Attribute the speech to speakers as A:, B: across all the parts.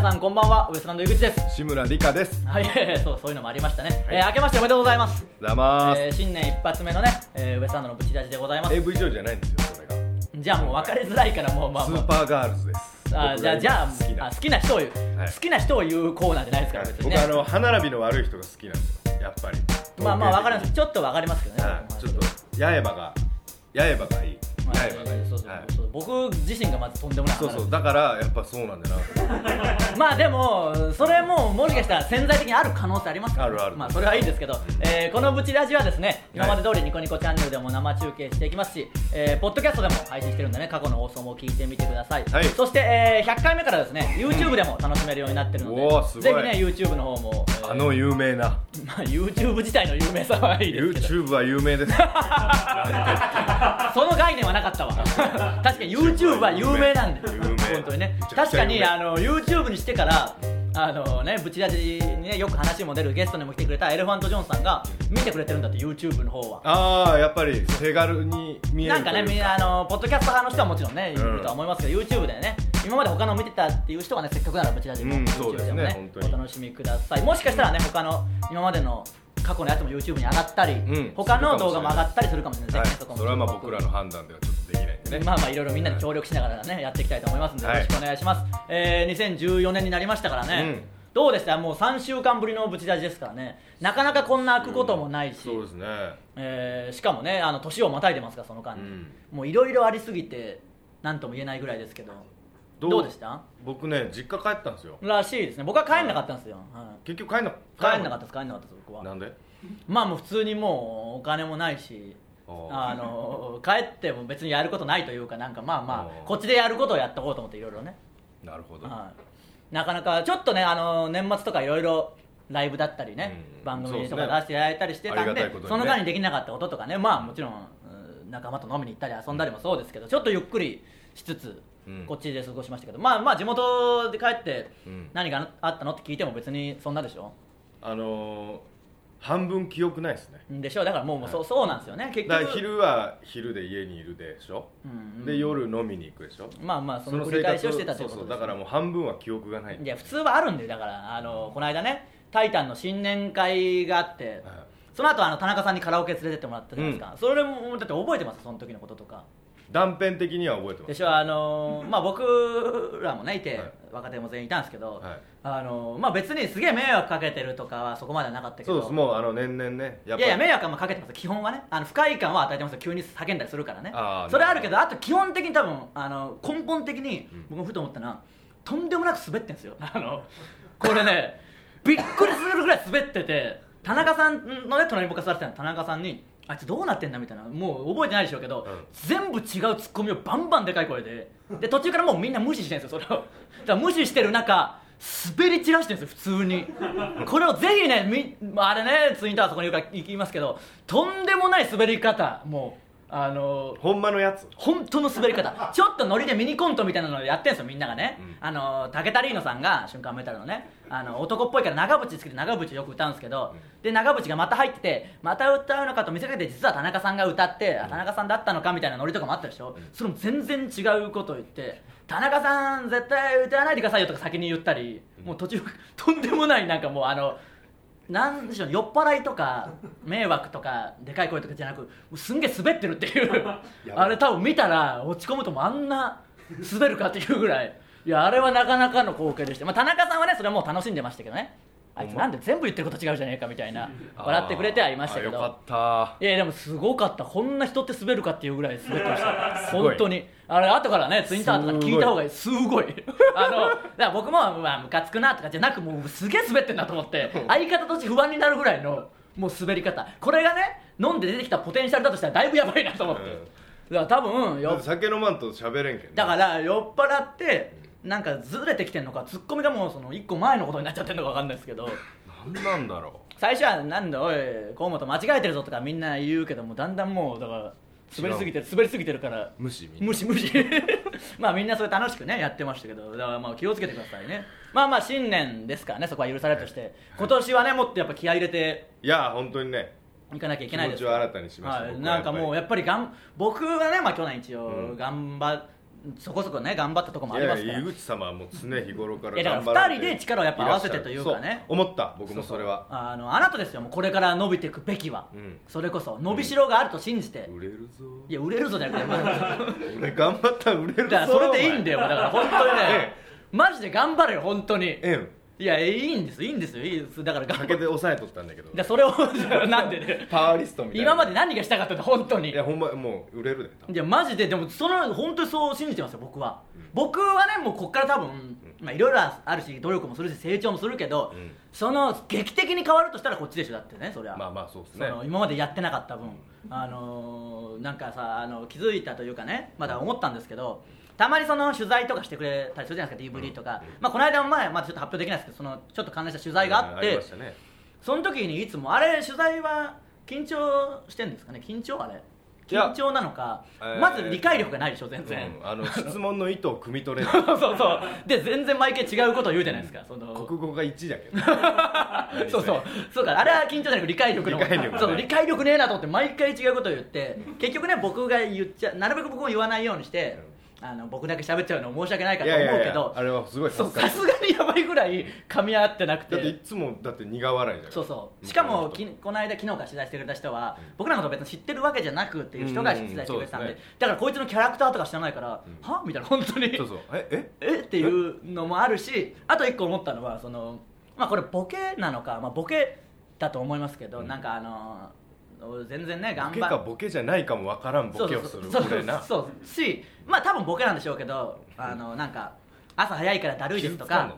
A: さんこんばんはウエストランド井口です
B: 志村理香で す
A: はいそうそういうのもありましたね、えー明けましておめでとうございます、
B: ざま
A: え
B: ー
A: ー
B: す
A: 新年一発目のね、えーウエストランドのブチラジでございます
B: AV 上じゃないんですよそれが
A: じゃあもう分かりづらいからもうまあ
B: ス
A: ま
B: ー
A: あ
B: パーガールズです
A: あーじゃあじゃあ好きな
B: 好
A: 好きな人を言う、
B: はい
A: 好きな人を言うコーナーじゃないですから別にね、
B: 僕あの歯並びの悪い人が好きなんですよやっぱり
A: まあまあ分かります
B: す
A: ちょっと分かりますけどね、僕も
B: ちょっと八重歯が八重歯がいい
A: まあ
B: 八重歯がいい
A: そうそう
B: はい
A: そう僕自身がまずとんでもない
B: そう
A: 話
B: そうだからやっぱそうなんだな
A: まあでもそれももしかしたら潜在的にある可能性ありますから、
B: あるある
A: まあそれはいいですけど、えーこのブチラジはですね
B: は
A: 今
B: い
A: まで通りニコニコチャンネルでも生中継していきますし、えーポッドキャストでも配信してるんでね過去の放送も聞いてみてください、
B: はい
A: そして、えー100回目からですね YouTube でも楽しめるようになってるので、
B: おーすごい
A: ぜひね YouTube の方も、えー
B: あの有名な
A: まあ、YouTube 自体の有名さはいいですけど
B: YouTube は有名です
A: その概念はなか ったわ確かに YouTube は有名なんで
B: 有
A: す
B: 名
A: 本当にね
B: めちゃく
A: 確
B: ちゃ
A: か
B: 有名
A: にあの YouTube にしてからあのねブチラジにねよく話も出るゲストにも来てくれたエレファント・ジョンさんが見てくれてるんだって YouTube の方は
B: ああやっぱり手軽に見える
A: なんかねみんなあのポッドキャスト派の人はもちろんねい
B: うん
A: るとは思いますけど YouTube でね今まで他の見てたっていう人はねせっかくならブチラジも
B: うんそう
A: YouTube
B: です
A: で
B: ね
A: もね
B: 本
A: お
B: 当に
A: 楽しみくださいもしかしたらね他の今までの過去のやつも YouTube に上がったり
B: ん
A: 他の動画も上がったりするかもしれない
B: はい
A: ですねこも
B: それはまあ僕らの判断ではちょっとできないんでね
A: まあまあいろいろみんなで協力しながらね、やっていきたいと思いますんでよ
B: はい
A: ろしくお願いします、えー2014年になりましたからね、
B: うん
A: どうでしたもう3週間ぶりのブチラジですからねなかなかこんな開くこともないし、
B: そうですね
A: えーしかもねあの年をまたいでますからその間に、もういろいろありすぎて何とも言えないぐらいですけどどうでした
B: 僕ね実家帰ったんですよ
A: らしいですね僕は帰んなかったんですよ、は
B: 結局帰んない
A: 帰んなかったです帰んなかったです僕
B: な
A: は
B: んで
A: まあもう普通にもうお金もないし
B: あー
A: あの帰っても別にやることないというかなんかまあま
B: あ
A: あ
B: ー
A: こっちでやることをやっとこうと思っていろいろね
B: なるほど
A: はい、なかなかちょっとねあの年末とかいろいろライブだったりね、
B: うん
A: 番
B: そう
A: 組
B: です
A: と
B: ね
A: か出していただいたりしてた
B: あ
A: ん
B: りが
A: で
B: た
A: そ
B: いことにね
A: の間にできなかったこととかねまあもちろん、うん仲間と飲みに行ったり遊んだりもそうですけどちょっとゆっくりしつつ、
B: うん
A: こっちで過ごしましたけどまあまあ地元で帰って
B: うん
A: 何があったのって聞いても別にそんなでしょ
B: あのー半分記憶ないですね
A: でしょだからもう、もうそうそうなんですよね結
B: だか
A: 局
B: ら昼は昼で家にいるでしょ
A: うん
B: で夜飲みに行くでしょ
A: まあまあその繰
B: 生
A: り返
B: 活
A: しをしてたというこ
B: そ
A: とです
B: うそう
A: ね
B: だからもう半分は記憶がない
A: いや普通はあるんだよだからあのこの間ね「タイタン」の新年会があって、
B: はい
A: その後あの田中さんにカラオケ連れてってもらったじゃないですか、それもだって覚えてますその時のこととか
B: 断片的には覚えてま
A: ですしょあのーまあ僕らもねいて、
B: はい
A: 若手も全員いたんですけど、
B: はい
A: あのーまあ別にすげえ迷惑かけてるとかはそこまではなかったけど
B: そうですもうあの年々ねやっぱ
A: いやいや迷惑はまあかけてます基本はねあの不快感は与えてますよ急に叫んだりするからね
B: あー
A: それはあるけどあと基本的に多分あの根本的に
B: うん
A: 僕もふと思ったのは、とんでもなく滑ってんですよあのこれねびっくりするぐらい滑ってて田中さんのね隣に僕が座ってたの田中さんに「あいつどうなってんだ」みたいなもう覚えてないでしょうけど、
B: うん
A: 全部違うツッコミをバンバンでかい声でで途中からもうみんな無視してるんですよそれをだから無視してる中滑り散らしてるんですよ普通にこれをぜひねみあれねツインタワーそこにいるから行きますけどとんでもない滑り方もうあの
B: ほんまのやつ
A: 本当の滑り方ちょっとノリでミニコントみたいなのをやってんですよみんながね、
B: うん
A: あの竹田リーノさんが瞬間メタルのねあの男っぽいから長渕つけて長渕よく歌うんですけど、
B: う
A: で長渕がまた入っててまた歌うのかと見せかけて実は田中さんが歌って、あ田中さんだったのかみたいなノリとかもあったでしょ、
B: ん
A: それも全然違うことを言って田中さん絶対歌わないでくださいよとか先に言ったり、
B: うん
A: もう途中 とんでもないなんかもうあのなんでしょう酔っ払いとか迷惑とかでかい声とかじゃなくもうすんげえ滑ってるっていう
B: やばい
A: あれ多分見たら落ち込むともあんな滑るかっていうぐらいいやあれはなかなかの光景でした、まあ、田中さんはねそれはもう楽しんでましたけどねあいつ
B: ほんま
A: なんで全部言ってること違うじゃねえかみたいな笑ってくれてはいましたけ
B: あーよ
A: ど
B: かっ
A: いやいやでもすごかったこんな人って滑るかっていうぐらい滑ってました
B: ごい
A: 本当にあれ後からねツイッターとか聞いた方がいいすごい あのだから僕もまあムカつくなとかじゃなくもうすげえ滑ってんなと思って相方として不安になるぐらいのもう滑り方これがね飲んで出てきたポテンシャルだとしたらだいぶやばいなと思って、だから多分
B: ただっ
A: よ
B: て酒飲まんと喋れんけんね
A: だから酔っ払ってなんかずれてきてんのかツッコミがもうその1個前のことになっちゃってんのか分かんないですけど
B: なんなんだろ
A: 最初は「なんだおい河本間違えてるぞ」とかみんな言うけどもだんだんもうだから滑りすぎてる滑りすぎてるから
B: う無視みんな
A: 無視無視 まあみんなそれ楽しくねやってましたけどだからまあ気をつけてくださいねまあまあ新年ですからねそこは許されるとして今年はねもっとやっぱ気合い入れて
B: いや本当にね
A: いかなきゃいけないです
B: 気持ちを新たにしました
A: はい、
B: 僕は
A: なんかもうやっぱりがん僕はね、まあ、去年一
B: う
A: 応
B: ん
A: 頑張っそこそこね頑張ったとこもあ
B: い
A: りま
B: や
A: すか
B: い
A: ら
B: や井口様はもう常日頃から
A: いやだから
B: 頑張られて
A: 二人で力をやっぱ合わせてというかね
B: らっしゃるそう思った僕もそれは
A: あのあなたですよもうこれから伸びていくべきは、
B: うん
A: それこそ伸びしろがあると信じて、
B: 売れるぞ
A: いや売れるぞじゃなくて ま
B: 俺頑張ったら売れ
A: あ
B: るぞ
A: だからそれでいいんだ
B: よ
A: よだから本当にね、
B: え
A: マジで頑張れよ本当に
B: え
A: いやいいんですいいんですよいいですだから
B: え
A: 頑張
B: 負
A: るだ か
B: けて抑えとったんだけど
A: らそれを なんでね
B: パワーリストみたいな
A: 今まで何がしたかったって本当に
B: いやほんまもう売れるで多分
A: いやマジででもその本当にそう信じてますよ僕は、僕はねもうこっから多分まあいろいろあるし努力もするし成長もするけど、
B: うん
A: その劇的に変わるとしたらこっちでしょだってねそりゃ
B: まあまあそうです
A: そ
B: ね
A: の今までやってなかった分、あのーなんかさあの気づいたというかねまだ思ったんですけどたまにその取材とかしてくれたりするじゃないですか DVD とか、まあ、この間も前まだちょっと発表できないですけどそのちょっと関連した取材があっ
B: うん
A: て、
B: りましたね
A: その時にいつもあれ取材は緊張してんですかね緊張あれ
B: いや
A: 緊張なのか、
B: えー
A: まず理解力がないでしょ全然、
B: うんあの質問の意図を汲み取れない
A: そうそうそうで全然毎回違うことを言うじゃないですか、その
B: 国語が1だけ ど
A: そうそうそうかあれは緊張じゃなく理解力の
B: 理解力ね
A: そう理解力ねえなと思って毎回違うことを言って結局ね僕が言っちゃなるべく僕も言わないようにして、あの僕だけ喋っちゃうの申し訳ないか
B: い
A: と
B: やい
A: 思う
B: や
A: け
B: いや
A: ど
B: あれはすごい
A: そう
B: 助
A: さ
B: かる
A: すがにやばいぐらい噛み合ってなく
B: だってい
A: て。
B: つもだって苦笑いじゃん
A: そうそうしかもきこの間昨日から取材してくれた人は、僕らのこと別に知ってるわけじゃなくっていう人が取材してくれてたんで,、
B: うんうんそうです
A: だからこいつのキャラクターとか知らないから、
B: うん
A: はみたいな本当に
B: そうそうええ
A: えっていうのもあるしあと一個思ったのはその、まあ、これボケなのか、まあ、ボケだと思いますけど、
B: うん
A: なんかあのー全然ね
B: ボ
A: 頑
B: ケか
A: 張っ
B: ボケじゃないかもわからんボケをする
A: そうそう
B: 俺な
A: そうそうしまあ多分ボケなんでしょうけどあのなんか朝早いからだるいですとか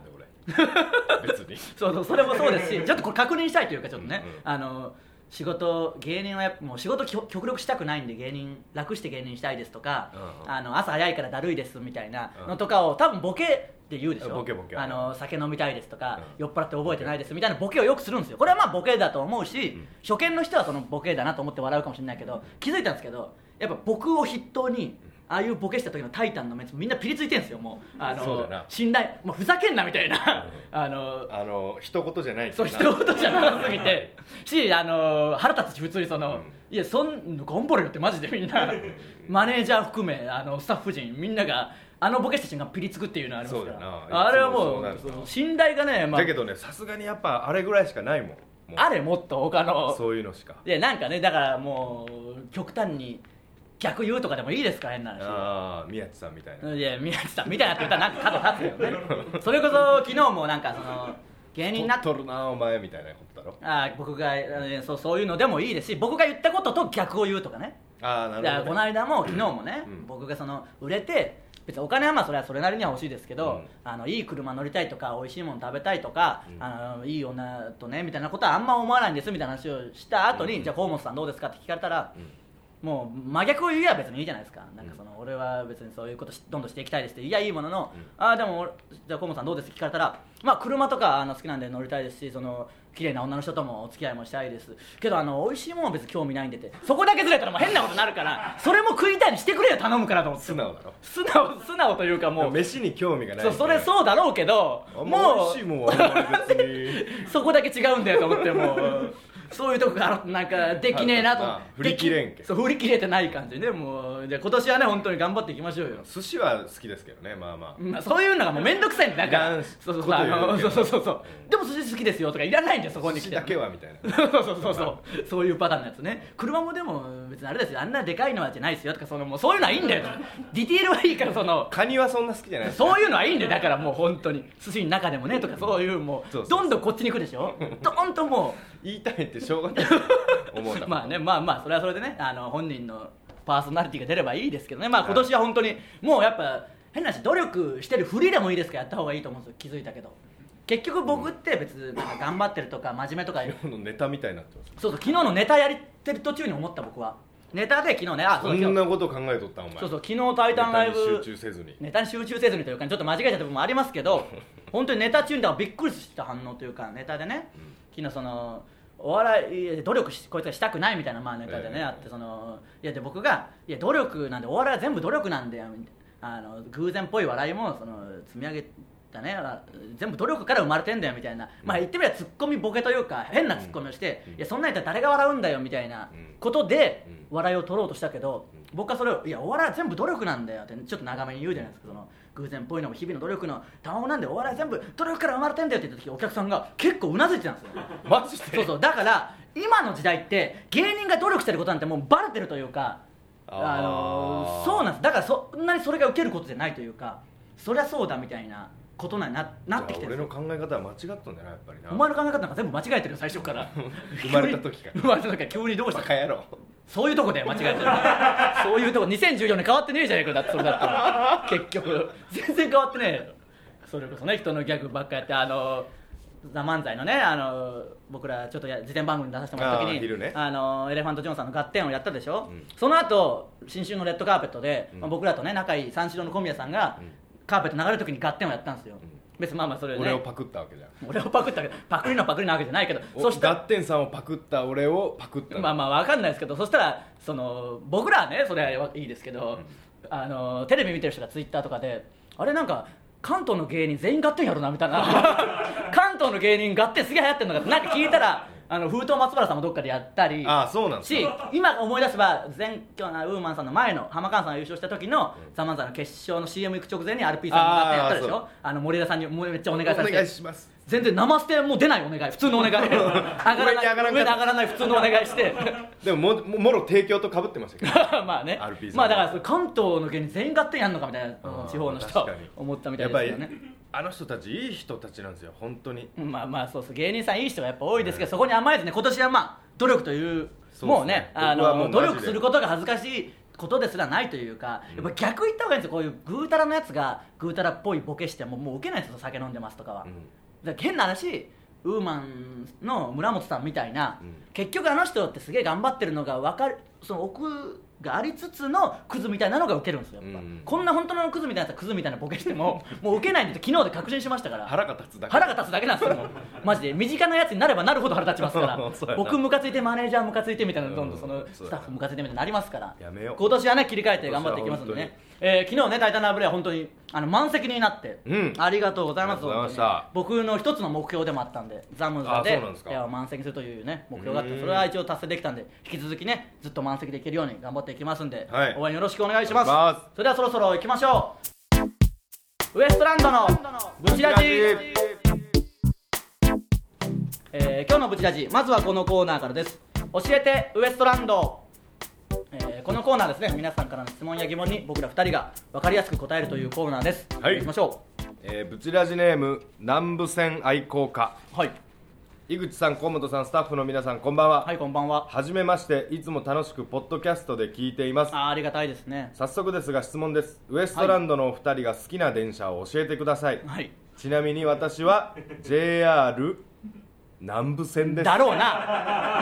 B: 傷つかんの で俺別に
A: そうそうそれもそうです しちょっとこれ確認したいというかちょっとね、
B: うんうん
A: あの仕事芸人はやっぱもう仕事きょ極力したくないんで芸人楽して芸人したいですとか、
B: うんうん
A: あの朝早いからだるいですみたいなのとかを多分ボケって言うでしょ
B: ボケボケ
A: あの酒飲みたいですとか、
B: うん
A: 酔っ払って覚えてないですみたいなボケをよくするんですよこれはまあボケだと思うし、
B: うん
A: 初見の人はそのボケだなと思って笑うかもしれないけど気づいたんですけどやっぱ僕を筆頭にああいうボケした時の「タイタン」のメンツみんなピリついてるんですよもうあ
B: そう
A: の
B: だな
A: 信頼もうふざけんなみたいな あの
B: あの一言じゃない
A: そう一
B: な
A: 言じゃなすぎてし、あのー腹立つし普通にその、
B: うん
A: いやそん頑張れよってマジでみんなマネージャー含めあのスタッフ陣みんながあのボケした瞬間ピリつくっていうのありますから
B: そうだな
A: あれはも
B: いつもそう
A: う
B: なるな
A: そう信頼がね、まあ
B: だけどねさすがにやっぱあれぐらいしかないもんもう
A: あれもっと他の
B: そういうのしか
A: いやなんかねだからもう極端に逆言うとかでもいいですから変な話
B: ああ宮地さんみたいない
A: や宮地さんみたいなって言ったらなんか角立つよ ねそれこそ昨日もなんかその芸人になって
B: とるなお前みたいなことだろ
A: あー僕があのねそうそういうのでもいいですし僕が言ったことと逆を言うとかね
B: あ
A: だか
B: あな
A: ら
B: る
A: こ
B: ほ
A: の
B: どね
A: 間も昨日もね、
B: うん
A: 僕がその売れて別にお金はまあそれはそれなりには欲しいですけど、
B: うん
A: あのいい車乗りたいとか美味しいもの食べたいとか、
B: うん
A: あのいい女とねみたいなことはあんま思わないんですみたいな話をした後に、
B: うん
A: じゃあ河本さんどうですかって聞かれたら、
B: うん
A: もう真逆を言えば別にいいじゃないですかなんかその、俺は別にそういうことしどんどんしていきたいですっていやいいものの、
B: うん
A: ああでも俺じゃあ河本さんどうですって聞かれたらまあ車とかあの好きなんで乗りたいですしその綺麗な女の人ともお付き合いもしたいですけどあの美味しいものは別に興味ないんでってそこだけずれたらもう変なことになるからそれも食いたいにしてくれよ頼むからと思って
B: 素直だろ
A: 素直素直というか
B: も
A: も
B: う
A: う
B: 飯に興味がない
A: そうそれそうだろうけど
B: あんま
A: も
B: 美味しいうもんは 別に
A: そこだけ違うんだよと思ってもうそういうとこからなんかできねえなと思って
B: あ振り切れんけ
A: できそう振り切れてない感じでもうじゃあ今年はね本当に頑張っていきましょうよ
B: 寿司は好きですけどねまあまあ
A: まあ、そういうのがもう面倒くさいんだなん
B: いら
A: か
B: ん
A: そうそう
B: こ
A: そう
B: と
A: あ
B: 言うけ
A: のそ
B: ど
A: うそうそうそう
B: うん
A: でも寿司好きですよとかいらないんだよそこに来
B: 寿司
A: て
B: だけはみたいな
A: そうそうそうそうそういうパターンのやつね車もでも別にあれですよあんなでかいのはじゃないですよとかそのもうそういうのはいいん だよディティールはいいからその
B: カニはそんな好きじゃないです
A: そういうのはいいんだよだからもう本当に寿司の中でもねとかそういうも
B: そうそう
A: う
B: そう
A: どんどんこっちに行くでしょどんとも
B: 言いたいってしょうがない 思う
A: うまあねまあまあそれはそれでねあの本人のパーソナリティが出ればいいですけどねまあ今年は本当にもうやっぱ変な話努力してるふりでもいいですからやった方がいいと思うんですよ気づいたけど結局僕って別になんか頑張ってるとか真面目とか
B: 昨日のネタみたいになってます
A: そうそう昨日のネタやってる途中に思った僕はネタで昨日ねあそ
B: そ
A: うん今
B: な
A: 日
B: こと考えとったんお前
A: そうそう昨日「タイタンライブ」
B: ネタに集中せずに
A: ネタに集中せずにというかちょっと間違えちゃった部分もありますけ ど本当にネタ中にだからびっくりした反応というかネタでね、昨日そのお笑い努力しこいつがしたくないみたいなまあネタでね、
B: ええ
A: あってそのいやで僕がいや努力なんでお笑いは全部努力なんだよみたいなあの偶然っぽい笑いもその積み上げたねあ全部努力から生まれてんだよみたいな、まあ言ってみればツッコミボケというか変なツッコミをして、
B: うん
A: いやそんなんやったら誰が笑うんだよみたいな
B: うん
A: ことで
B: うん
A: 笑いを取ろうとしたけど、
B: うん
A: 僕はそれを「いやお笑いは全部努力なんだよ」ってちょっと長めに言うじゃないですかその偶然っぽいのも日々の努力の卵なんでお笑いは全部努力から生まれてんだよって言った時お客さんが結構うなずいてたんですよ
B: マジで
A: そうそうだから今の時代って芸人が努力してることなんてもうバレてるというか
B: あー
A: あのそうなんですだからそんなにそれが受けることじゃないというかそりゃそうだみたいなことにななってきてる
B: じゃあ俺の考え方は間違ったんだなやっぱりな
A: お前の考え方なんか全部間違えてるよ最初から
B: 生まれた時か ら
A: 急に生まれた 時から急にどうした
B: バカ野郎
A: そういうとこで間違えてる そういうとこ2014年変わってねえじゃねえかだってそれだった ら結局全然変わってねえよそれこそね人のギャグばっかやってあの「ザ漫才のねあの僕らちょっとや事前番組に出させてもらった時
B: あー
A: に
B: 昼ね
A: のエレファント・ジョンさんの「ガッテン」をやったでしょ、
B: うん
A: その後新春のレッドカーペットで、
B: うん
A: まあ僕らとね仲いい三四郎の小宮さんが、
B: うん
A: カーペット流れる時に「ガッテン」をやったんですよ、
B: ん
A: 別にまあまあそれね
B: 俺をパクったわけじゃん
A: 俺をパクったけどパクリのパクリなわけじゃないけどそ
B: そ
A: し
B: してたガッテンさんをパクった俺をパクった
A: まあまあわかんないですけどそしたらその僕らはねそれはいいですけど、あのテレビ見てる人がツイッターとかであれなんか関東の芸人全員ガッテンやろなみたい な関東の芸人ガッテンすげえ流行ってるのかなんか聞いたらあの封筒松原さんもどっかでやったり
B: ああそうなんです
A: し今思い出せば前今日のウーマンさんの前の浜川さんが優勝した時の「ザ・マンザ」の決勝の CM 行く直前に RP さんがガッテンやったでし
B: あー
A: ょあの森田さんにもうめっちゃお願いされ
B: お
A: て
B: 願いします
A: 全然生捨てもう出ないお願い普通のお 願い上がら
B: 上
A: な
B: に上がらんかった
A: い上に上がらない普通のお願いして
B: でももももろ提供とかぶってましたけど
A: まあね
B: RP さん
A: まあだからその関東の芸人全員勝手にやんのかみたいな
B: うん
A: 地方の人
B: 確
A: は
B: かに
A: 思ったみたいですけど
B: やっ
A: ね
B: ぱりあの人たちいい人たちなんですよ本当に
A: まあまあそうそう芸人さんいい人がやっぱ多いですけど、
B: うん
A: そこに甘えてね今年はまあ努力という
B: そうですね
A: もうねあ
B: 僕はも
A: の
B: うマジ
A: 努
B: で
A: 力することが恥ずかしいことですらないというか、
B: うん
A: やっぱ逆言った方がいいんですよこういうぐうたらのやつがぐうたらっぽいボケしてももうウケないんですよ酒飲んでますとかは、
B: うん
A: だから変な話ウーマンの村本さんみたいな、
B: うん
A: 結局あの人ってすげえ頑張ってるのが分かるその奥がありつつのクズみたいなのがウケるんですよやっぱ、
B: うん
A: こんな本当のクズみたいなやつはクズみたいなボケしてももうウケないんで昨日で確信しましたから
B: 腹が立つだけ
A: 腹が立つだけなんですよもうマジで身近なやつになればなるほど腹立ちますか
B: そう
A: ら
B: やな
A: 僕ムカついてマネージャームカついてみたいなどんどんその
B: うんそう
A: ス
B: や
A: タ
B: な
A: ッフムカついてみたいになりますから
B: やめよう
A: 今年はね切り替えて頑張っていきますんでね、えー昨日ね「タイタンのブレは本当にあの満席になって、
B: うん
A: ありがとうございます
B: ありがとうございました
A: 本当に僕の一つの目標でもあったんでザムザ
B: あ
A: で
B: そうなんですか
A: いや満席にするというね目標があって
B: うん
A: それは一応達成できたんで引き続きねずっと満席でいけるように頑張っていきますんで、
B: はい
A: 応援よろしくお願いします
B: お願いします
A: それではそろそろ行きましょうウエストランドのブチラジえー今日のブチラジまずはこのコーナーからです教えてウエストランド、えーこのコーナーですね皆さんからの質問や疑問に僕ら2人が分かりやすく答えるというコーナーです
B: はい
A: 行きましょ
B: えーブチラジネーム南部線愛好家
A: うはい
B: 井口さん河本さんスタッフの皆さんこんばんは、
A: はいこんばんは
B: はじめましていつも楽しくポッドキャストで聞いています
A: あーありがたいですね
B: 早速ですが質問ですウエストランドのお二人が好きな電車を教えてください、
A: はい
B: ちなみに私は JR 南部線です
A: だろうな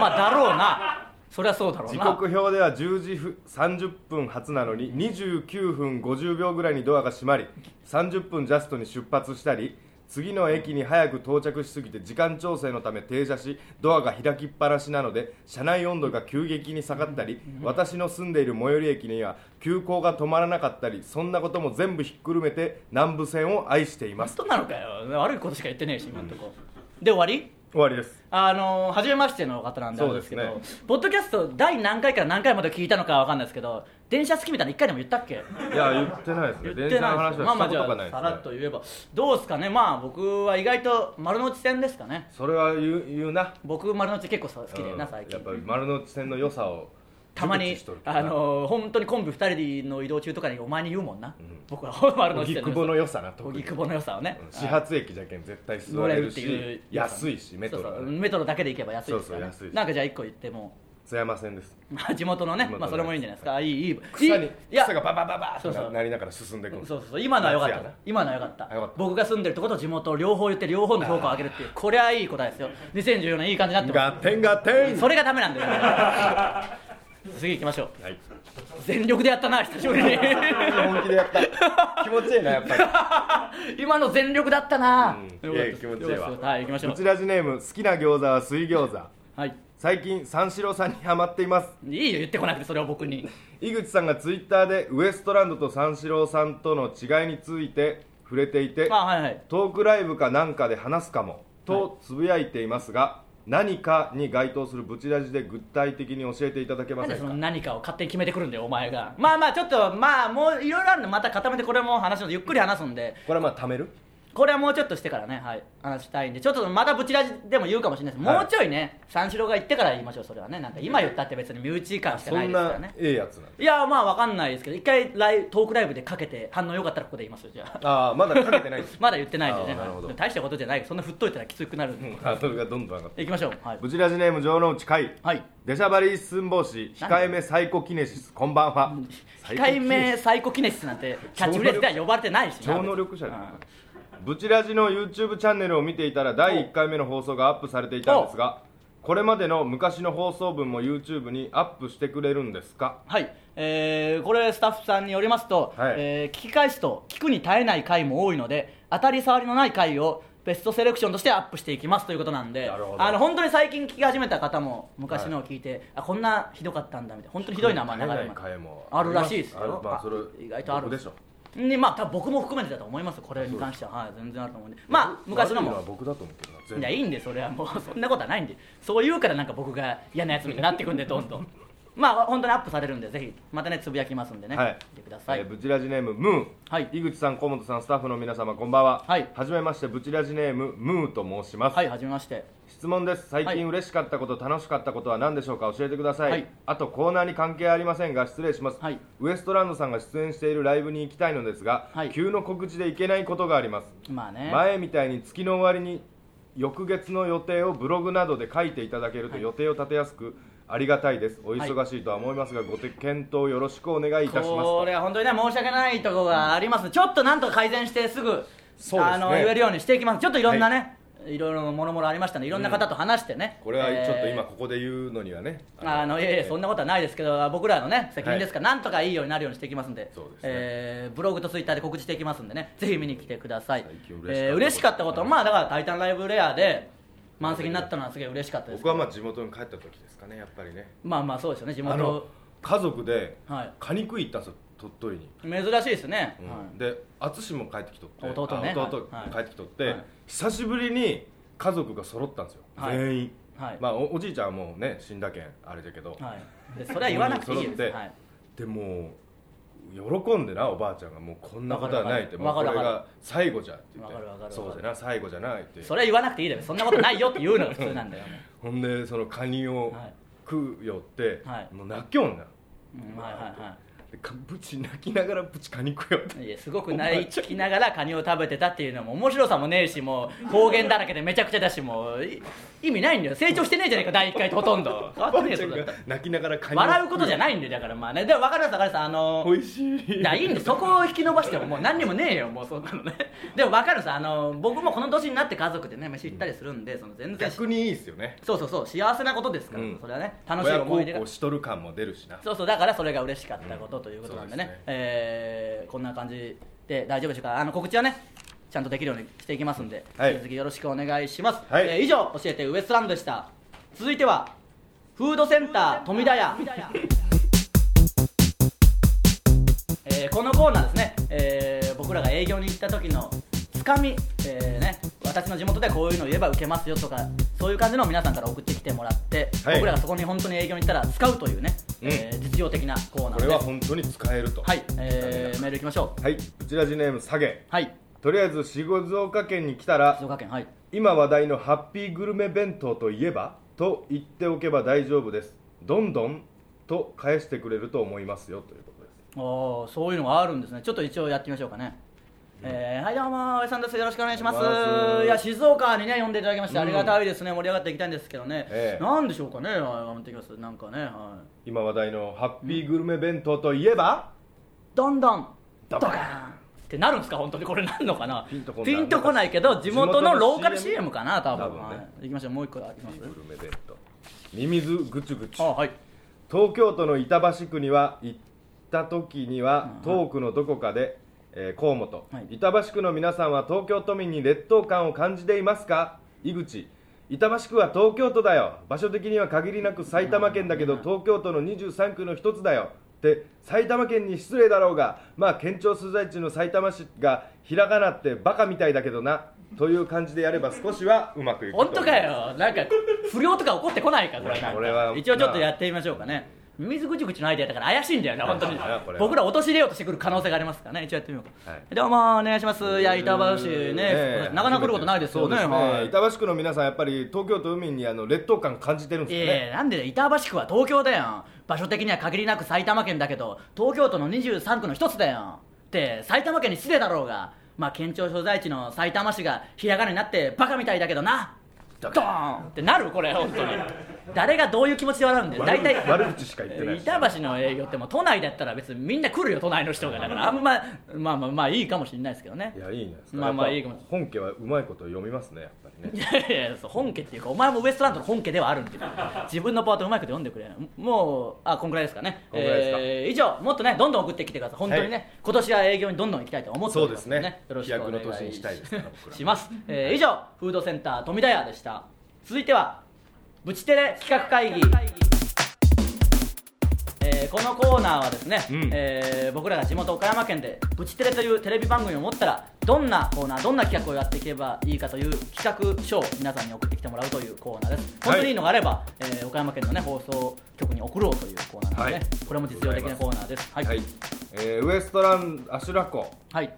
A: まあだろうなそりゃそうだろう
B: 時
A: な
B: 刻表では10時ふ30分発なのに29分50秒ぐらいにドアが閉まり30分ジャストに出発したり次の駅に早く到着しすぎて時間調整のため停車しドアが開きっぱなしなので車内温度が急激に下がったり私の住んでいる最寄り駅には急行が止まらなかったりそんなことも全部ひっくるめて南部線を愛しています
A: 本当なのかよ悪いことしか言ってねえし今んとこ、で終わり
B: 終わりです
A: あの初めましての方なんであれですけど
B: そうで
A: ポッドキャスト第何回から何回まで聞いたのかわかんないですけど電車好きみたいな1回でも言ったっけ
B: いや言ってないです
A: 言
B: ね
A: ってない
B: 電
A: です
B: 車の話
A: まあ
B: はし
A: ま
B: た
A: あ
B: こ
A: じ
B: と
A: ゃ
B: が
A: あ
B: ないですね
A: さらっと言えばどうですかねまあ僕は意外と丸の内線ですかね
B: それは言う言うな
A: 僕丸の内結構好きでな
B: うん
A: 最
B: や
A: 近
B: っぱり丸の内線の良さを
A: たまに
B: 熟知しとるから
A: あの本当にコンビ2人の移動中とかにお前に言うもんな、
B: ん
A: 僕は 丸の内
B: 荻
A: 線の
B: 窪の良さな特
A: 荻
B: に
A: 窪の良さをね
B: うん始発駅じゃけん絶対座
A: 乗れ
B: れ
A: る
B: る
A: っていう
B: し安いしメトロ
A: そ
B: は
A: うそう
B: ね
A: メトロだけで行けば安いですから、ね、
B: そうそう安いし
A: なんかじゃあ1個言っても
B: 津山線です
A: まあ地元のね
B: 地元の
A: まあそれもいいんじゃないですかいいいい
B: 草
A: いい
B: に
A: いや
B: 草がババババ
A: そう
B: ー
A: そう
B: となりながら進んでく
A: そ
B: る
A: うそうそう今のは良かった
B: 夏やな
A: 今のは良かった
B: あ良かった
A: 僕が住んでるとこと地元両方言って両方の評価を上げるっていうこれはいい答えですよ2014年いい感じになってます
B: ガッテンガッテン
A: それがダメなんだよ、次行きましょう
B: はい
A: 全力でやったな久しぶり に
B: 本気でやった気 持ちいいなやっぱり
A: 今の全力だったな、
B: うん
A: よかったです
B: いや気持ちいいわ
A: よかったですはい行きましょ
B: こち
A: う
B: らジネーム好きな餃子は水餃子
A: はい
B: 最近三四郎さんにハマっています
A: いいよ言ってこなくてそれを僕に
B: 井口さんがツイッターでウエストランドと三四郎さんとの違いについて触れていて
A: あはいはい
B: トークライブかなんかで話すかもとつぶやいていますが、何かに該当するブチラジで具体的に教えていただけま
A: なん
B: せ
A: で
B: ん
A: そ
B: か
A: の何かを勝手に決めてくるんだよお前がまあまあちょっとまあもういろいろあるんでまた固めてこれも話すのでゆっくり話すんで
B: これはまあ貯める
A: これはもうちょっとしてからねはい話したいんでちょっとまたブチラジでも言うかもしれないです、
B: はい
A: もうちょいね三四郎が言ってから言いましょうそれはねなんか今言ったって別に身内感しか
B: そ
A: ない
B: ん
A: ですから
B: な
A: ね
B: ええやつなん
A: いやまあわかんないですけど一回ライブトークライブでかけて反応良かったらここで言いますよじゃあ
B: ああまだかけてないんです
A: まだ言ってないんで
B: あ
A: ね
B: ーなるほど
A: 大したことじゃないそんな振っといたらきつくなるんで、
B: ハードルがどんどん上がって
A: 行きましょうはい
B: ブチラジネーム城之内海
A: はい
B: 出しゃばり寸法師控えめサイコキネシスこんばんは
A: 控えめサイコキネシスなんてキャッチフレーズでは呼ばれてないしな
B: 超能力者
A: う
B: じゃ
A: ん
B: んブチラジの YouTube チャンネルを見ていたら第1回目の放送がアップされていたんですがこれまでの昔の放送分も YouTube にアップしてくれるんですか
A: はい、えーこれスタッフさんによりますと、
B: はい
A: えー聞き返すと聞くに耐えない回も多いので当たり障りのない回をベストセレクションとしてアップしていきますということなんで
B: なるほど
A: あの本当に最近聞き始めた方も昔のを聞いて、あこんなひどかったんだみたいな本当にひどいなまあ流れ
B: ない
A: も
B: 回も
A: あるらしいです
B: ありま
A: よ
B: あまあそれ
A: 意外とある
B: 僕でしょ
A: ねまあ多分僕も含めてだと思いますこれに関しては、はい、全然あると思うんでまあ昔の
B: 悪いは
A: も
B: 僕だと思うけどな全
A: い
B: 部
A: やいいんでそれはもう そんなことはないんでそう言うからなんか僕が嫌なやつみたいになってくんでどんどん まあ本当にアップされるんでぜひまたねつぶやきますんでね、
B: はい
A: 見てください、
B: えーブチラジネームムー、
A: はい
B: 井口さん河本さんスタッフの皆様こんばんは
A: はい
B: じめましてブチラジネームムーと申します、
A: はい、はじめまして。
B: 質問です最
A: はい
B: 近嬉しかったこと、楽しかったことは何でしょうか教えてください、
A: はい
B: あとコーナーに関係ありませんが失礼します、
A: はい
B: ウエストランドさんが出演しているライブに行きたいのですが、
A: はい
B: 急の告知で行けないことがあります、
A: まあね。
B: 前みたいに月の終わりに翌月の予定をブログなどで書いていただけると
A: はい
B: 予定を立てやすくありがたいですお忙しいとは思いますが、ご検討よろしくお願いいたします
A: これは本当にね申し訳ないところがあります。ちょっとなんとか改善してすぐ
B: そうですね
A: あの言えるようにしていきます。ちょっといろんなね、い、ろいろもろもろありましたね。いろんな方と話してね。
B: これはちょっと
A: えー
B: 今ここで言うのにはね、
A: あのいえいえそん
B: な
A: なことはないですけど僕らのね責任ですから、なんとかいいようになるようにしていきますんで
B: そうですね
A: えーブログとツイッターで告知していきますんでねぜひ見に来てください
B: 最近嬉しかったこと
A: えー嬉しかったことまあだから「タイタンライブレア」で満席になったのはすげえ嬉しかったです
B: 僕はまあ地元に帰った時ですかねやっぱりね
A: まあまあそうですよね地
B: あの
A: 元
B: 家族で
A: はい
B: カニ食い行ったんですよ鳥取に、
A: 珍しいですね、
B: うん
A: はい
B: で淳も帰ってきとって
A: 弟ね
B: あ弟
A: はい
B: 帰ってきとって、
A: はい
B: 久しぶりに家族が揃ったんですよ、
A: はい
B: 全員、
A: はい
B: まあ、おおじいちゃんはもうね死んだけんあれだけど、
A: はい、でそれは言わなくていい
B: 五人
A: で
B: 揃っ
A: す、
B: て
A: はい、
B: でもう喜んでなおばあちゃんがもうこんなことはないっても
A: わ
B: う
A: か
B: こ
A: る
B: れ
A: わかる
B: が最後じゃって言って
A: わかるわかるわかる
B: そうじゃな最後じゃないって
A: それは言わなくていいだろそんなことないよって言うのが普通なんだよ、
B: ほんでそのカニを
A: はい
B: 食うよって、
A: はい
B: もう泣きょんな
A: うん、はいは
B: でかぶち泣きながらぶちカニ食うよって
A: いはいいやすごく泣きながらカニを食べてたっていうのも面白さもねえしもう方言だらけでめちゃくちゃだしもうい意味ないんだよ成長してねえじゃねえか第1回とほとんど変わって
B: おば
A: ね
B: あ
A: え
B: ち
A: そ
B: ゃん
A: れだった
B: が
A: ら
B: 泣きながらカニを
A: 笑うことじゃないんだよだからまあねでも分かります分かりますあの
B: 美味しい
A: いやいいんでそこを引き伸ばしてももう何にもねえよもうそんなの ねでも分かるさあの僕もこの年になって家族でね飯行ったりするんでその全然
B: 逆にいいですよね
A: そうそうそう幸せなことですから、
B: うん
A: それはね楽しい
B: 親
A: 思
B: 孝
A: い出が
B: 行しとる感も出るしな
A: そうそうだからそれが嬉しかったことということなんでね,、
B: うんそうですね
A: えーこんな感じで大丈夫でしょうかあの告知はねちゃんとできるようにしていきますんで、
B: はい
A: 引き続きよろしくお願いします、
B: はい
A: えー以上教えてウエストランドでした続いてはフードセンター富田屋えーこのコーナーですね、えー僕らが営業に行った時のつかみ、えーね、私の地元でこういうの言えば受けますよとかそういう感じのを皆さんから送ってきてもらって、
B: はい
A: 僕らがそこに本当に営業に行ったら使うというね、
B: うん
A: えー実用的なコーナー
B: こ
A: で
B: れ
A: す
B: は本当に使えると
A: はい、えーメールいきましょう
B: はいブチラジネーム下げ
A: はい
B: とりあえず静岡県に来たら
A: 静岡県はい
B: 今話題のハッピーグルメ弁当といえばと言っておけば大丈夫ですどんどんと返してくれると思いますよということです
A: おーそういうのがあるんですねちょっと一応やってみましょうかね、えーはいどうも上さんですよろしくお願いします
B: お願いします
A: いや静岡にね呼んでいただきまして、
B: うん
A: ありがたいですね盛り上がっていきたいんですけどね、
B: ええ
A: なんでしょうかねはい頑張っていきますなんかねはい
B: 今話題のハッピーグルメ弁当といえば、
A: どんどん
B: ド
A: ド
B: カ
A: カ
B: ーン
A: ーンってなるんですか本当にこれなんのかな
B: ピンとこない
A: ピンとこないけど地元のローカル CM かな多分
B: 多分ね
A: はい、いきましょうもう一個あります
B: グルメ弁当ミミズぐちゅぐちゅ
A: あはい
B: 東京都の板橋区には行った時には遠くのどこかで、えー河本、
A: はい
B: 板橋区の皆さんは東京都民に劣等感を感じていますか井口板橋区は東京都だよ場所的には限りなく埼玉県だけど東京都の23区の一つだよって埼玉県に失礼だろうがまあ県庁所在地の埼玉市がひらがなってバカみたいだけどなという感じでやれば少しはうまくいくと思
A: 本
B: う
A: 当かよなんか不良とか起こってこないかこれなんか
B: これは
A: 一応ちょっとやってみましょうかね水ぐちぐちのアイデアだから怪しいんだよな本当に
B: 怪しいなこれは
A: 僕ら落とし入れようとしてくる可能性がありますからね一応やってみようか、
B: はい
A: どうもお願いしますいや板橋ね、
B: ええ
A: なかなか来ることないですよね
B: そう
A: はい
B: 板橋区の皆さんやっぱり東京都海にあの劣等感感じてるんです
A: い
B: よ
A: やい
B: ね
A: やなんでだよ板橋区は東京だよ場所的には限りなく埼玉県だけど東京都の23区の一つだよって埼玉県に失礼だろうがまあ県庁所在地の埼玉市がひらがなになってバカみたいだけどなドーンってなるこれ本当に誰がどういう気持ちで笑うんだよ大体
B: 悪口しか言ってないし
A: 板橋の営業ってもう都内だったら別にみんな来るよ都内の人がだからあんままあまあまあいいかもしれないですけどね
B: いやいいね
A: まあまあいいかも
B: やっぱ本家はうまいこと読みますねやっぱり
A: い
B: ね
A: やいやそう本家っていうかお前もウエストランドの本家ではあるんで自分のパートうまく読んでく れもうあこんぐらいですかね
B: こんぐらいですか
A: えー以上もっとねどんどん送ってきてください本当にね、
B: はい
A: 今年は営業にどんどん行きたいと思っておりますのでね
B: そうですね
A: よろしくお願い
B: 飛躍の年にしたいですから僕ら
A: します、えー以上フードセンター富田屋でした続いてはブチテレ企画会議えーこのコーナーはですね、
B: うん
A: えー僕らが地元岡山県でブチテレというテレビ番組を持ったらどんなコーナーどんな企画をやっていけばいいかという企画書を皆さんに送ってきてもらうというコーナーです
B: はい
A: 本当にいいのがあれば、えー岡山県の、ね、放送局に送ろうというコーナーなので、
B: はい
A: これも実用的なコーナーですはい
B: はい、えーウエストランドアシュラ湖
A: はい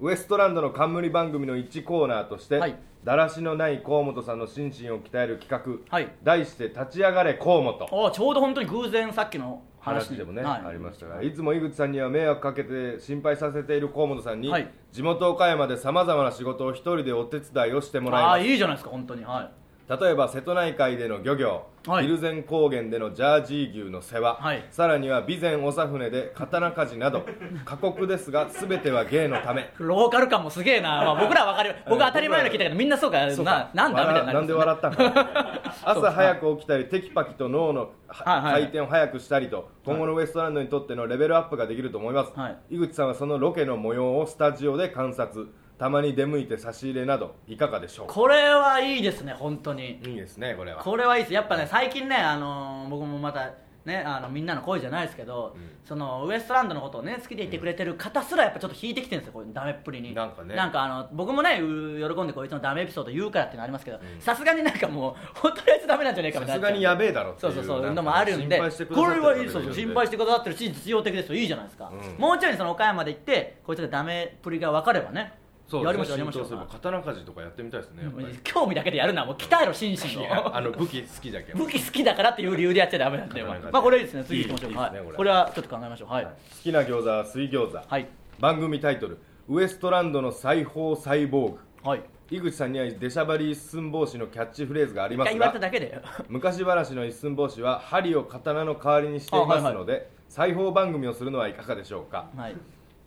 B: ウエストランドの冠番組の1コーナーとして、
A: はい
B: だらしのない河本さんの心身を鍛える企画、
A: はい
B: 題して「立ち上がれ河本
A: おーちょうど本当に偶然さっきの」話
B: 話
A: に
B: でもね、
A: はい
B: ありましたがいつも井口さんには迷惑かけて心配させている河本さんに、
A: はい
B: 地元岡山でさまざまな仕事を一人でお手伝いをしてもらい
A: あ
B: ます
A: あーいいじゃないですか本当にはい
B: 例えば瀬戸内海での漁業、
A: はい
B: 蒜山高原でのジャージー牛の世話、
A: はい
B: さらには備前長船で刀鍛冶など過酷ですが全ては芸のため
A: ローカル感もすげえな、まあ、僕らは分かるよ僕は当たり前の聞いたけどみんなそうかななんだみたいになりますよね
B: なんで笑ったんか 朝早く起きたりテキパキと脳の
A: はいはい
B: 回転を早くしたりと今後のウエストランドにとってのレベルアップができると思います、
A: はい
B: 井口さんはそのロケの模様をスタジオで観察たまに出向いて差し入れなどいかがでしょうか
A: これはいいですね本当に
B: いいですねこれは
A: これはいいですやっぱね最近ね、あのー僕もまたねあのみんなの声じゃないですけど、そのウエストランドのことをね好きでいてくれてる方すらやっぱちょっと引いてきてるんですよこういうダメっぷりに
B: なんかね
A: なんかあの僕もねう喜んでこいつのダメエピソード言うからっていうのありますけどさすがになんかもう本当にあいつダメなんじゃないかみた
B: さ
A: いに
B: す
A: なっちゃ
B: が
A: う
B: にやべえだろって
A: そ
B: いう
A: そうそう
B: なんか
A: のもあるんで
B: 心配してくだ
A: こ
B: さって
A: れ
B: る
A: はいいそうそう
B: 方がいる
A: 心
B: んで
A: 配してくださってるし実用的ですよいいじゃないですか、
B: うん
A: もうちょいその岡山で行ってこいつがダメっぷりが分かればね
B: そう
A: やりましょうやりましょ
B: 浸透すれば
A: う
B: 刀鍛冶とかやってみたいですねやっぱり
A: 興味だけでやるなもう鍛えろ心身
B: い
A: を
B: や あの武器好きじゃけん
A: 武器好きだからっていう理由でやっちゃダメなんで、
B: なかなかね
A: まあこれいいですね次行きましょう
B: いい
A: は
B: です
A: い
B: ね
A: こ
B: こ
A: れ
B: れ
A: はちょっと考えましょうはい、
B: 好きな餃子は水餃子、
A: はい
B: 番組タイトル「ウエストランドの裁縫サイボーグ
A: はい」
B: 井口さんには出しゃばり一寸法師のキャッチフレーズがあり
A: 一
B: ま
A: 回
B: す
A: 言われた
B: が
A: だけで
B: 昔話の一寸法師は針を刀の代わりにしていますので、裁縫番組をするのはいかがでしょうか
A: はい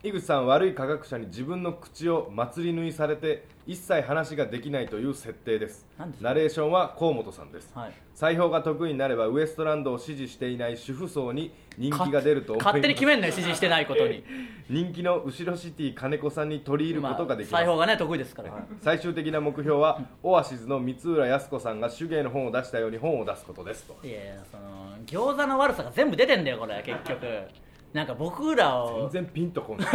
B: 井口さんは悪い科学者に自分の口を祭り縫いされて一切話ができないという設定です
A: なんですか
B: ナレーションは河本さんです、
A: はい
B: 裁縫が得意になればウエストランドを支持していない主婦層に人気が出ると思います
A: 勝手に決めんのよ指示してないことに
B: 人気の後ろシティ金子さんに取り入ることができま
A: 裁
B: す、
A: 縫がね得意ですから、
B: 最終的な目標はオアシズの三浦靖子さんが手芸の本を出したように本を出すことですと
A: い、やいやその餃子の悪さが全部出てんだよこれ結局なんか僕らを
B: 全然ピンとこない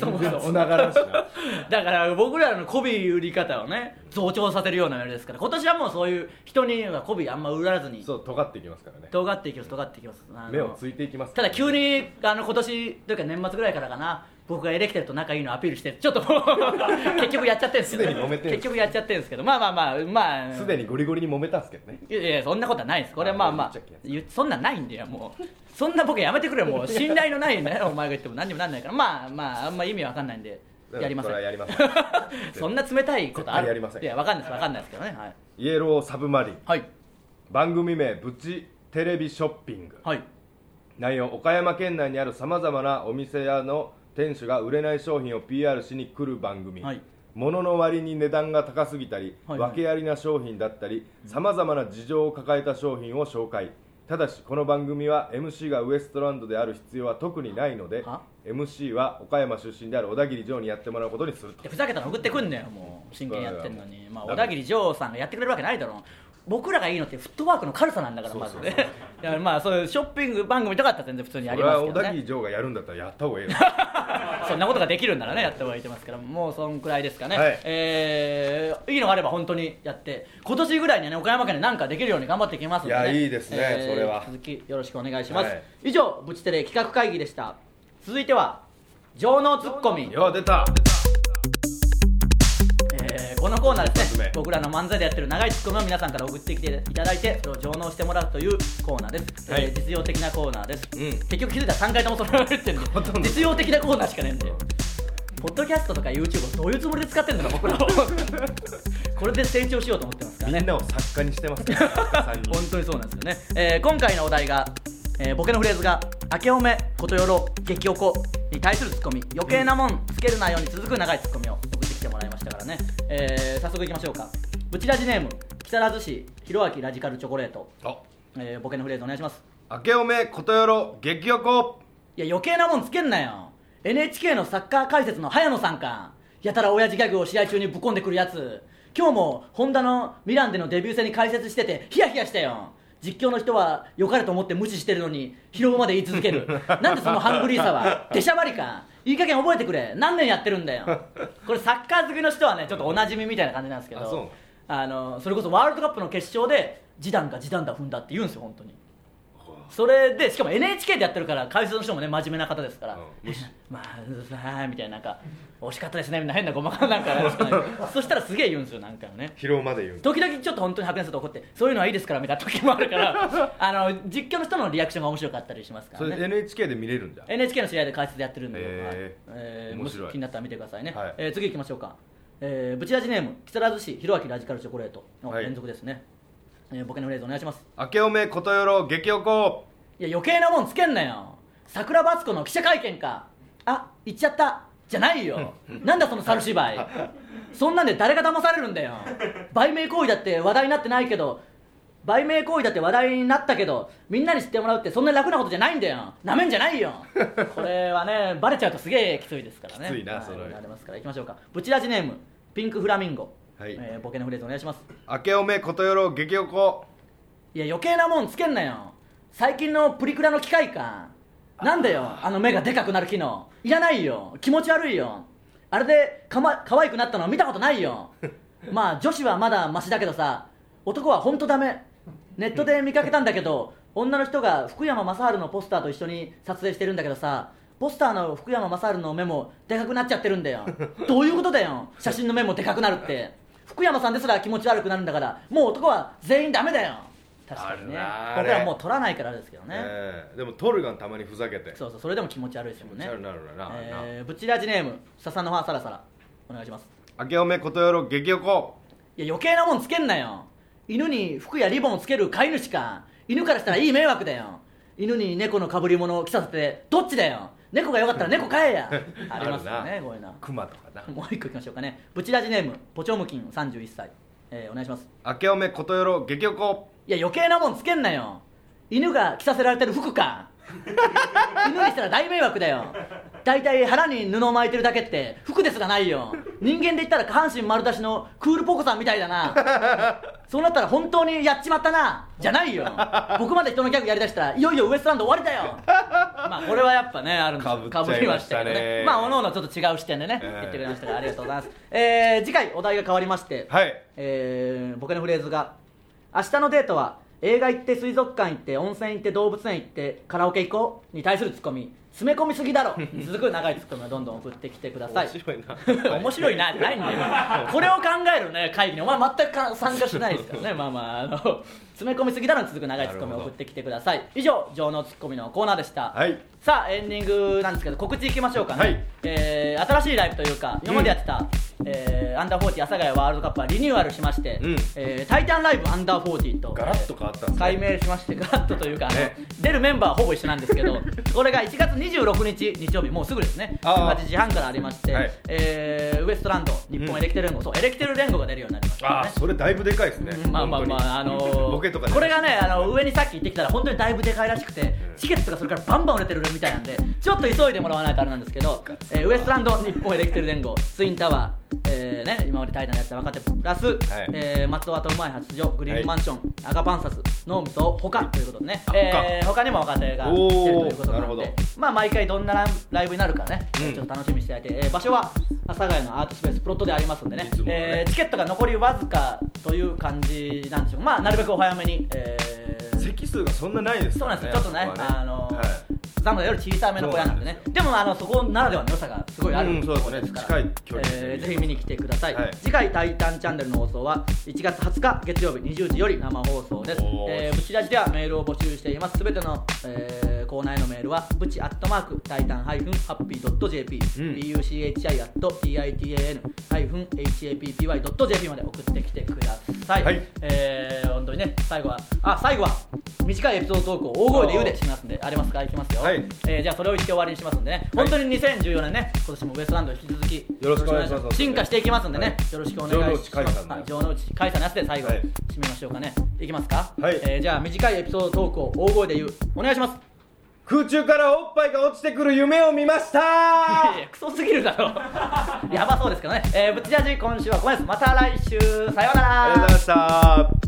A: そもそ
B: 全然
A: も
B: つながらんしな
A: だから僕らの媚び売り方をね増長させるようなあれですから今年はもうそういう人には媚びあんま売らずに
B: そう尖っていきますからね
A: 尖っていきます尖っていきますあの
B: 目をついていきます
A: ただ急にあの今年というか年末ぐらいからかな僕がエレキテルと仲いいのアピールしてちょっと もう結局やっちゃってるんですけど
B: すでに揉めてる
A: 結局やっちゃってるんですけどまあまあまあまあ
B: すでにゴリゴリに揉めたんですけどね
A: いやいやそんなことはないですこれはまあまあ
B: あ言っちゃう
A: 言うそんなんないんだよもうそんな僕やめてくれよ もう信頼のないねお前が言っても何にもなんないからまあまああんま意味わかんないんでやりませ
B: そ
A: ん
B: れはやりません
A: そんな冷たいことあ
B: 絶
A: る
B: 対やりません
A: いやわかんないですわかんないですけどねはい
B: イエローサブマリン
A: はい
B: 番組名「ブチテレビショッピング」
A: はい
B: 内容岡山県内にあるさまざまなお店屋の店主が売れない商品を PR しに来る番組、
A: はい
B: 物の割に値段が高すぎたり、
A: はいはい
B: 訳ありな商品だったりさまざまな事情を抱えた商品を紹介ただしこの番組は MC がウエストランドである必要は特にないので
A: は
B: MC は岡山出身である小田切城にやってもらうことにすると
A: でふざけたの送ってくんねよもう真剣にやってんの
B: いやい
A: に
B: や
A: まあ
B: だ
A: 小
B: から
A: 田切丈さんがやってくれるわけないだろ僕らがいいのってフットワークの軽さなんだからまずねいやまあそういうショッピング番組とかだったら全然普通にや
B: こ
A: り
B: れ
A: ま
B: は
A: すけ
B: 小
A: ど
B: 田
A: ね
B: 切城がやるんだったらやった方がいいよ
A: そんなことができるんならねやってはいてますからもうそんくらいですかね、
B: はい
A: えーいいのがあれば本当にやって今年ぐらいにはね岡山県で何かできるように頑張っていきますので、ね、
B: いやいいですねそれは
A: 引き続きよろしくお願いします、
B: はい
A: 以上ブチテレ企画会議でした続いては情能ツッコミ
B: よう出た
A: えーこのコーナーです
B: 一つ
A: ね
B: 目
A: 僕らの漫才でやってる長いツッコミを皆さんから送ってきていただいてそれを上納してもらうというコーナーです、
B: はい
A: えー実用的なコーナーです、
B: うん
A: 結局気づいたら3回ともそれを言ってるんで
B: ほとんど
A: 実用的なコーナーしかねえんでポッドキャストとか YouTube をどういうつもりで使ってんのか僕ら をこれで成長しようと思ってますから
B: み
A: ね
B: んなを作家にしてますから作家さんに
A: 本当にそうなんですよね、えー今回のお題が、えーボケのフレーズが「明けおめことよろ激おこ」に対するツッコミ余計なもんつけるなよに続く長いツッコミを送ってきてもらいましたからね、えー早速いきましょうかブチラジネーム木更津市ひろあきラジカルチョコレート、
B: あ
A: えーボケのフレーズお願いします
B: 明けおめことよろ激横
A: いや余計なもんつけんなよ NHK のサッカー解説の早野さんかやたら親父ギャグを試合中にぶっこんでくるやつ今日もホンダのミランでのデビュー戦に解説しててヒヤヒヤしたよ実況の人は良かれと思って無視してるのに疲労まで言い続けるなんでそのハングリーさは出しゃばりかいい加減覚えてくれ何年やってるんだよこれサッカー好きの人はねちょっとおなじみみたいな感じなんですけ
B: あそう
A: どあのそれこそワールドカップの決勝で示談が示談だ踏んだって言うんですよ本当にそれでしかも NHK でやってるから解説の人もね真面目な方ですから、
B: うん無視
A: まあうさーみたいななんか惜しかったですねみたいな変なごまかなんかやらしく ないそしたらすげえ言うんですよなんかね
B: 疲労まで言うんだ
A: 時々ちょっと本当に白熱すると怒ってそういうのはいいですからみたいな時もあるから あの実況の人のリアクションが面白かったりしますか
B: そ
A: ら
B: れ
A: ね
B: NHK で見れるんだ
A: NHK の試合で解説やってるんで、
B: へー
A: はいえー
B: 面白い
A: もし気になったら見てくださいね、
B: はい
A: えー次行きましょうか、えー、ブチラジネーム木更津市ひろあきラジカルチョコレートの
B: はい
A: 連続ですね、えーボケのフレーズお願いします
B: 明けおめことよろ激横
A: いや余計なもんつけんなよ桜バツ子の記者会見かあ行っちゃったじゃない よなんだその猿芝居そんなんで誰が騙されるんだよ売名行為だって話題になってないけど売名行為だって話題になったけどみんなに知ってもらうってそんな楽なことじゃないんだよなめんじゃないよこれはねバレちゃうとすげえきついですからね
B: きついな
A: は
B: それ
A: なりますから行きましょうかブチラジネームピンクフラミンゴ、
B: はい
A: えーボケのフレーズお願いします
B: 明けおめことよろ激横
A: いや余計なもんつけんなよ最近のプリクラの機械かなんだよあの目がでかくなる機能いらないよ気持ち悪いよあれでかま可愛くなったの見たことないよまあ女子はまだマシだけどさ男は本当ダメネットで見かけたんだけど女の人が福山雅治のポスターと一緒に撮影してるんだけどさポスターの福山雅治の目もでかくなっちゃってるんだよどういうことだよ写真の目もでかくなるって福山さんですら気持ち悪くなるんだからもう男は全員ダメだよ確かにね
B: あるなあ
A: 僕ら
B: あれ
A: もう取らないからですけどね、
B: ええでもトルガンたまにふざけて
A: そうそうそれでも気持ち悪いですもんね
B: 気持ち悪いなるなな
A: えーブチラジネーム笹の葉サラサラお願いします
B: 明けおめことよろ激横
A: いや余計なもんつけんなよ犬に服やリボンをつける飼い主か犬からしたらいい迷惑だよ犬に猫のかぶり物を着させてどっちだよ猫がよかったら猫飼え やありますよ
B: あ
A: ね
B: る
A: こういうの
B: クマとかな
A: もう一個いきましょうかねブチラジネームポチョムキン31歳、えーお願いします
B: 明けおめことよろ激横
A: いや余計なもんつけんなよ犬が着させられてる服 か犬にしたら大迷惑だよ大体腹に布を巻いてるだけって服ですらないよ人間で言ったら下半身丸出しのクールポコさんみたいだなそうなったら本当にやっちまったなじゃないよ僕まで人のギャグやりだしたらいよいよウエストランド終わりだよまあこれはやっぱねあるんですよ
B: かぶっちゃいましたね
A: かぶりまあおのおのちょっと違う視点でね、
B: えー
A: 言ってくれましたからありがとうございます、えー次回お題が変わりまして
B: はい
A: えー僕のフレーズが「明日のデートは映画行って水族館行って温泉行って動物園行ってカラオケ行こう」に対するツッコミ「詰め込みすぎだろ」に続く長いツッコミをどんどん送ってきてください
B: 面白いな
A: 面白いなじゃないんだよこれを考えるね会議にお前全くか参加しないですからね まあまああの詰め込みすぎだろに続く長いツッコミを送ってきてください以上情のツッコミのコーナーでした、
B: はい
A: さあエンディングなんですけど告知いきましょうかね、
B: はい
A: えー新しいライブというか今までやってた、えーアンダーフォーティー阿佐ヶ谷ワールドカップはリニューアルしまして「
B: うん
A: えータイタンライブアンダーフォーティーと
B: ガラッと変わったんです
A: 改
B: ね
A: 名しましてガラッとというか、あの
B: ね
A: 出るメンバーはほぼ一緒なんですけ どこれが1月26日日曜日もうすぐですね
B: あー
A: 8時半からありまして、
B: はい
A: えーウエストランド日本エレキテル連合、そうエレキテル連合が出るようになりました
B: あ
A: ね
B: あそれだいぶでかいですね
A: まあまあまあ、あのー
B: ボケとかね
A: これがね、あの上にさっき言ってきたら、本当にだいぶでかいらしくて、チケットがそれからバンバン売れてるみたいなんでちょっと急いでもらわないとあれなんですけど、えーウエストランド日本エレキテル連合ツインタワー、えーね、今までタイタンでやってた若手プラス、えー松尾とうまい発情グリーンマンション、赤パンサスノームと他ということでね
B: あ、
A: えー他にも若手が来てるということなの
B: おーなる
A: で
B: ほ
A: まあ毎回どんなラライブになるかね、
B: うん
A: ちょっと楽しみにしていただいて、えー場所は阿佐ヶ谷のアートスペースプロットでありますんでね
B: いつものね
A: えーチケットが残りわずかという感じなんでしょうまあなるべくお早めに、えー
B: 席数がそんなないです
A: そう
B: か
A: なん
B: ら
A: ですよ、ちょっとね、
B: ここは
A: あのー
B: はい
A: 残土より小さめの小屋なんでね、でもあのそこならではの良さがすごいある
B: うんそう
A: ところ
B: ですね
A: ですから、
B: 近い距離ですね
A: えーぜひ見に来てください,、
B: はい
A: 次回「タイタンチャンネル」の放送は1月20日月曜日20時より生放送です
B: おー
A: えーブチラジではメールを募集していますすべての、えー、コーナーへのメールはブチアットマークタイタンハイフンハッピードット JP、
B: うん
A: BUCHI アット TITAN ハイフン HAPPY ドット JP まで送ってきてください、
B: はい
A: えー、本当にね最後はあ最後は短いエピソードトークを大声で言うでしますんでありますかいきますよ、
B: はい
A: えーじゃあそれを言って終わりにしますんでね
B: はい
A: 本当に2014年ね今年もウエストランド引き続き
B: よろしくお願いします
A: 進化していきますんでね、
B: はい
A: よろしくお願いしま
B: 城之内海さ
A: す
B: んの
A: は
B: や
A: い
B: つ
A: 城之内海さんのやつで最後、
B: はい
A: 締めましょうかねいきますか
B: はい
A: えーじゃあ短いエピソードトークを大声で言うお願いします
B: 空中からおっぱいが落ちてくる夢を見ました
A: いやいやクソすぎるだろ やばそうですけどね、えー、ぶっちゃじ今週はここまでですまた来週さようなら
B: ありがとうございました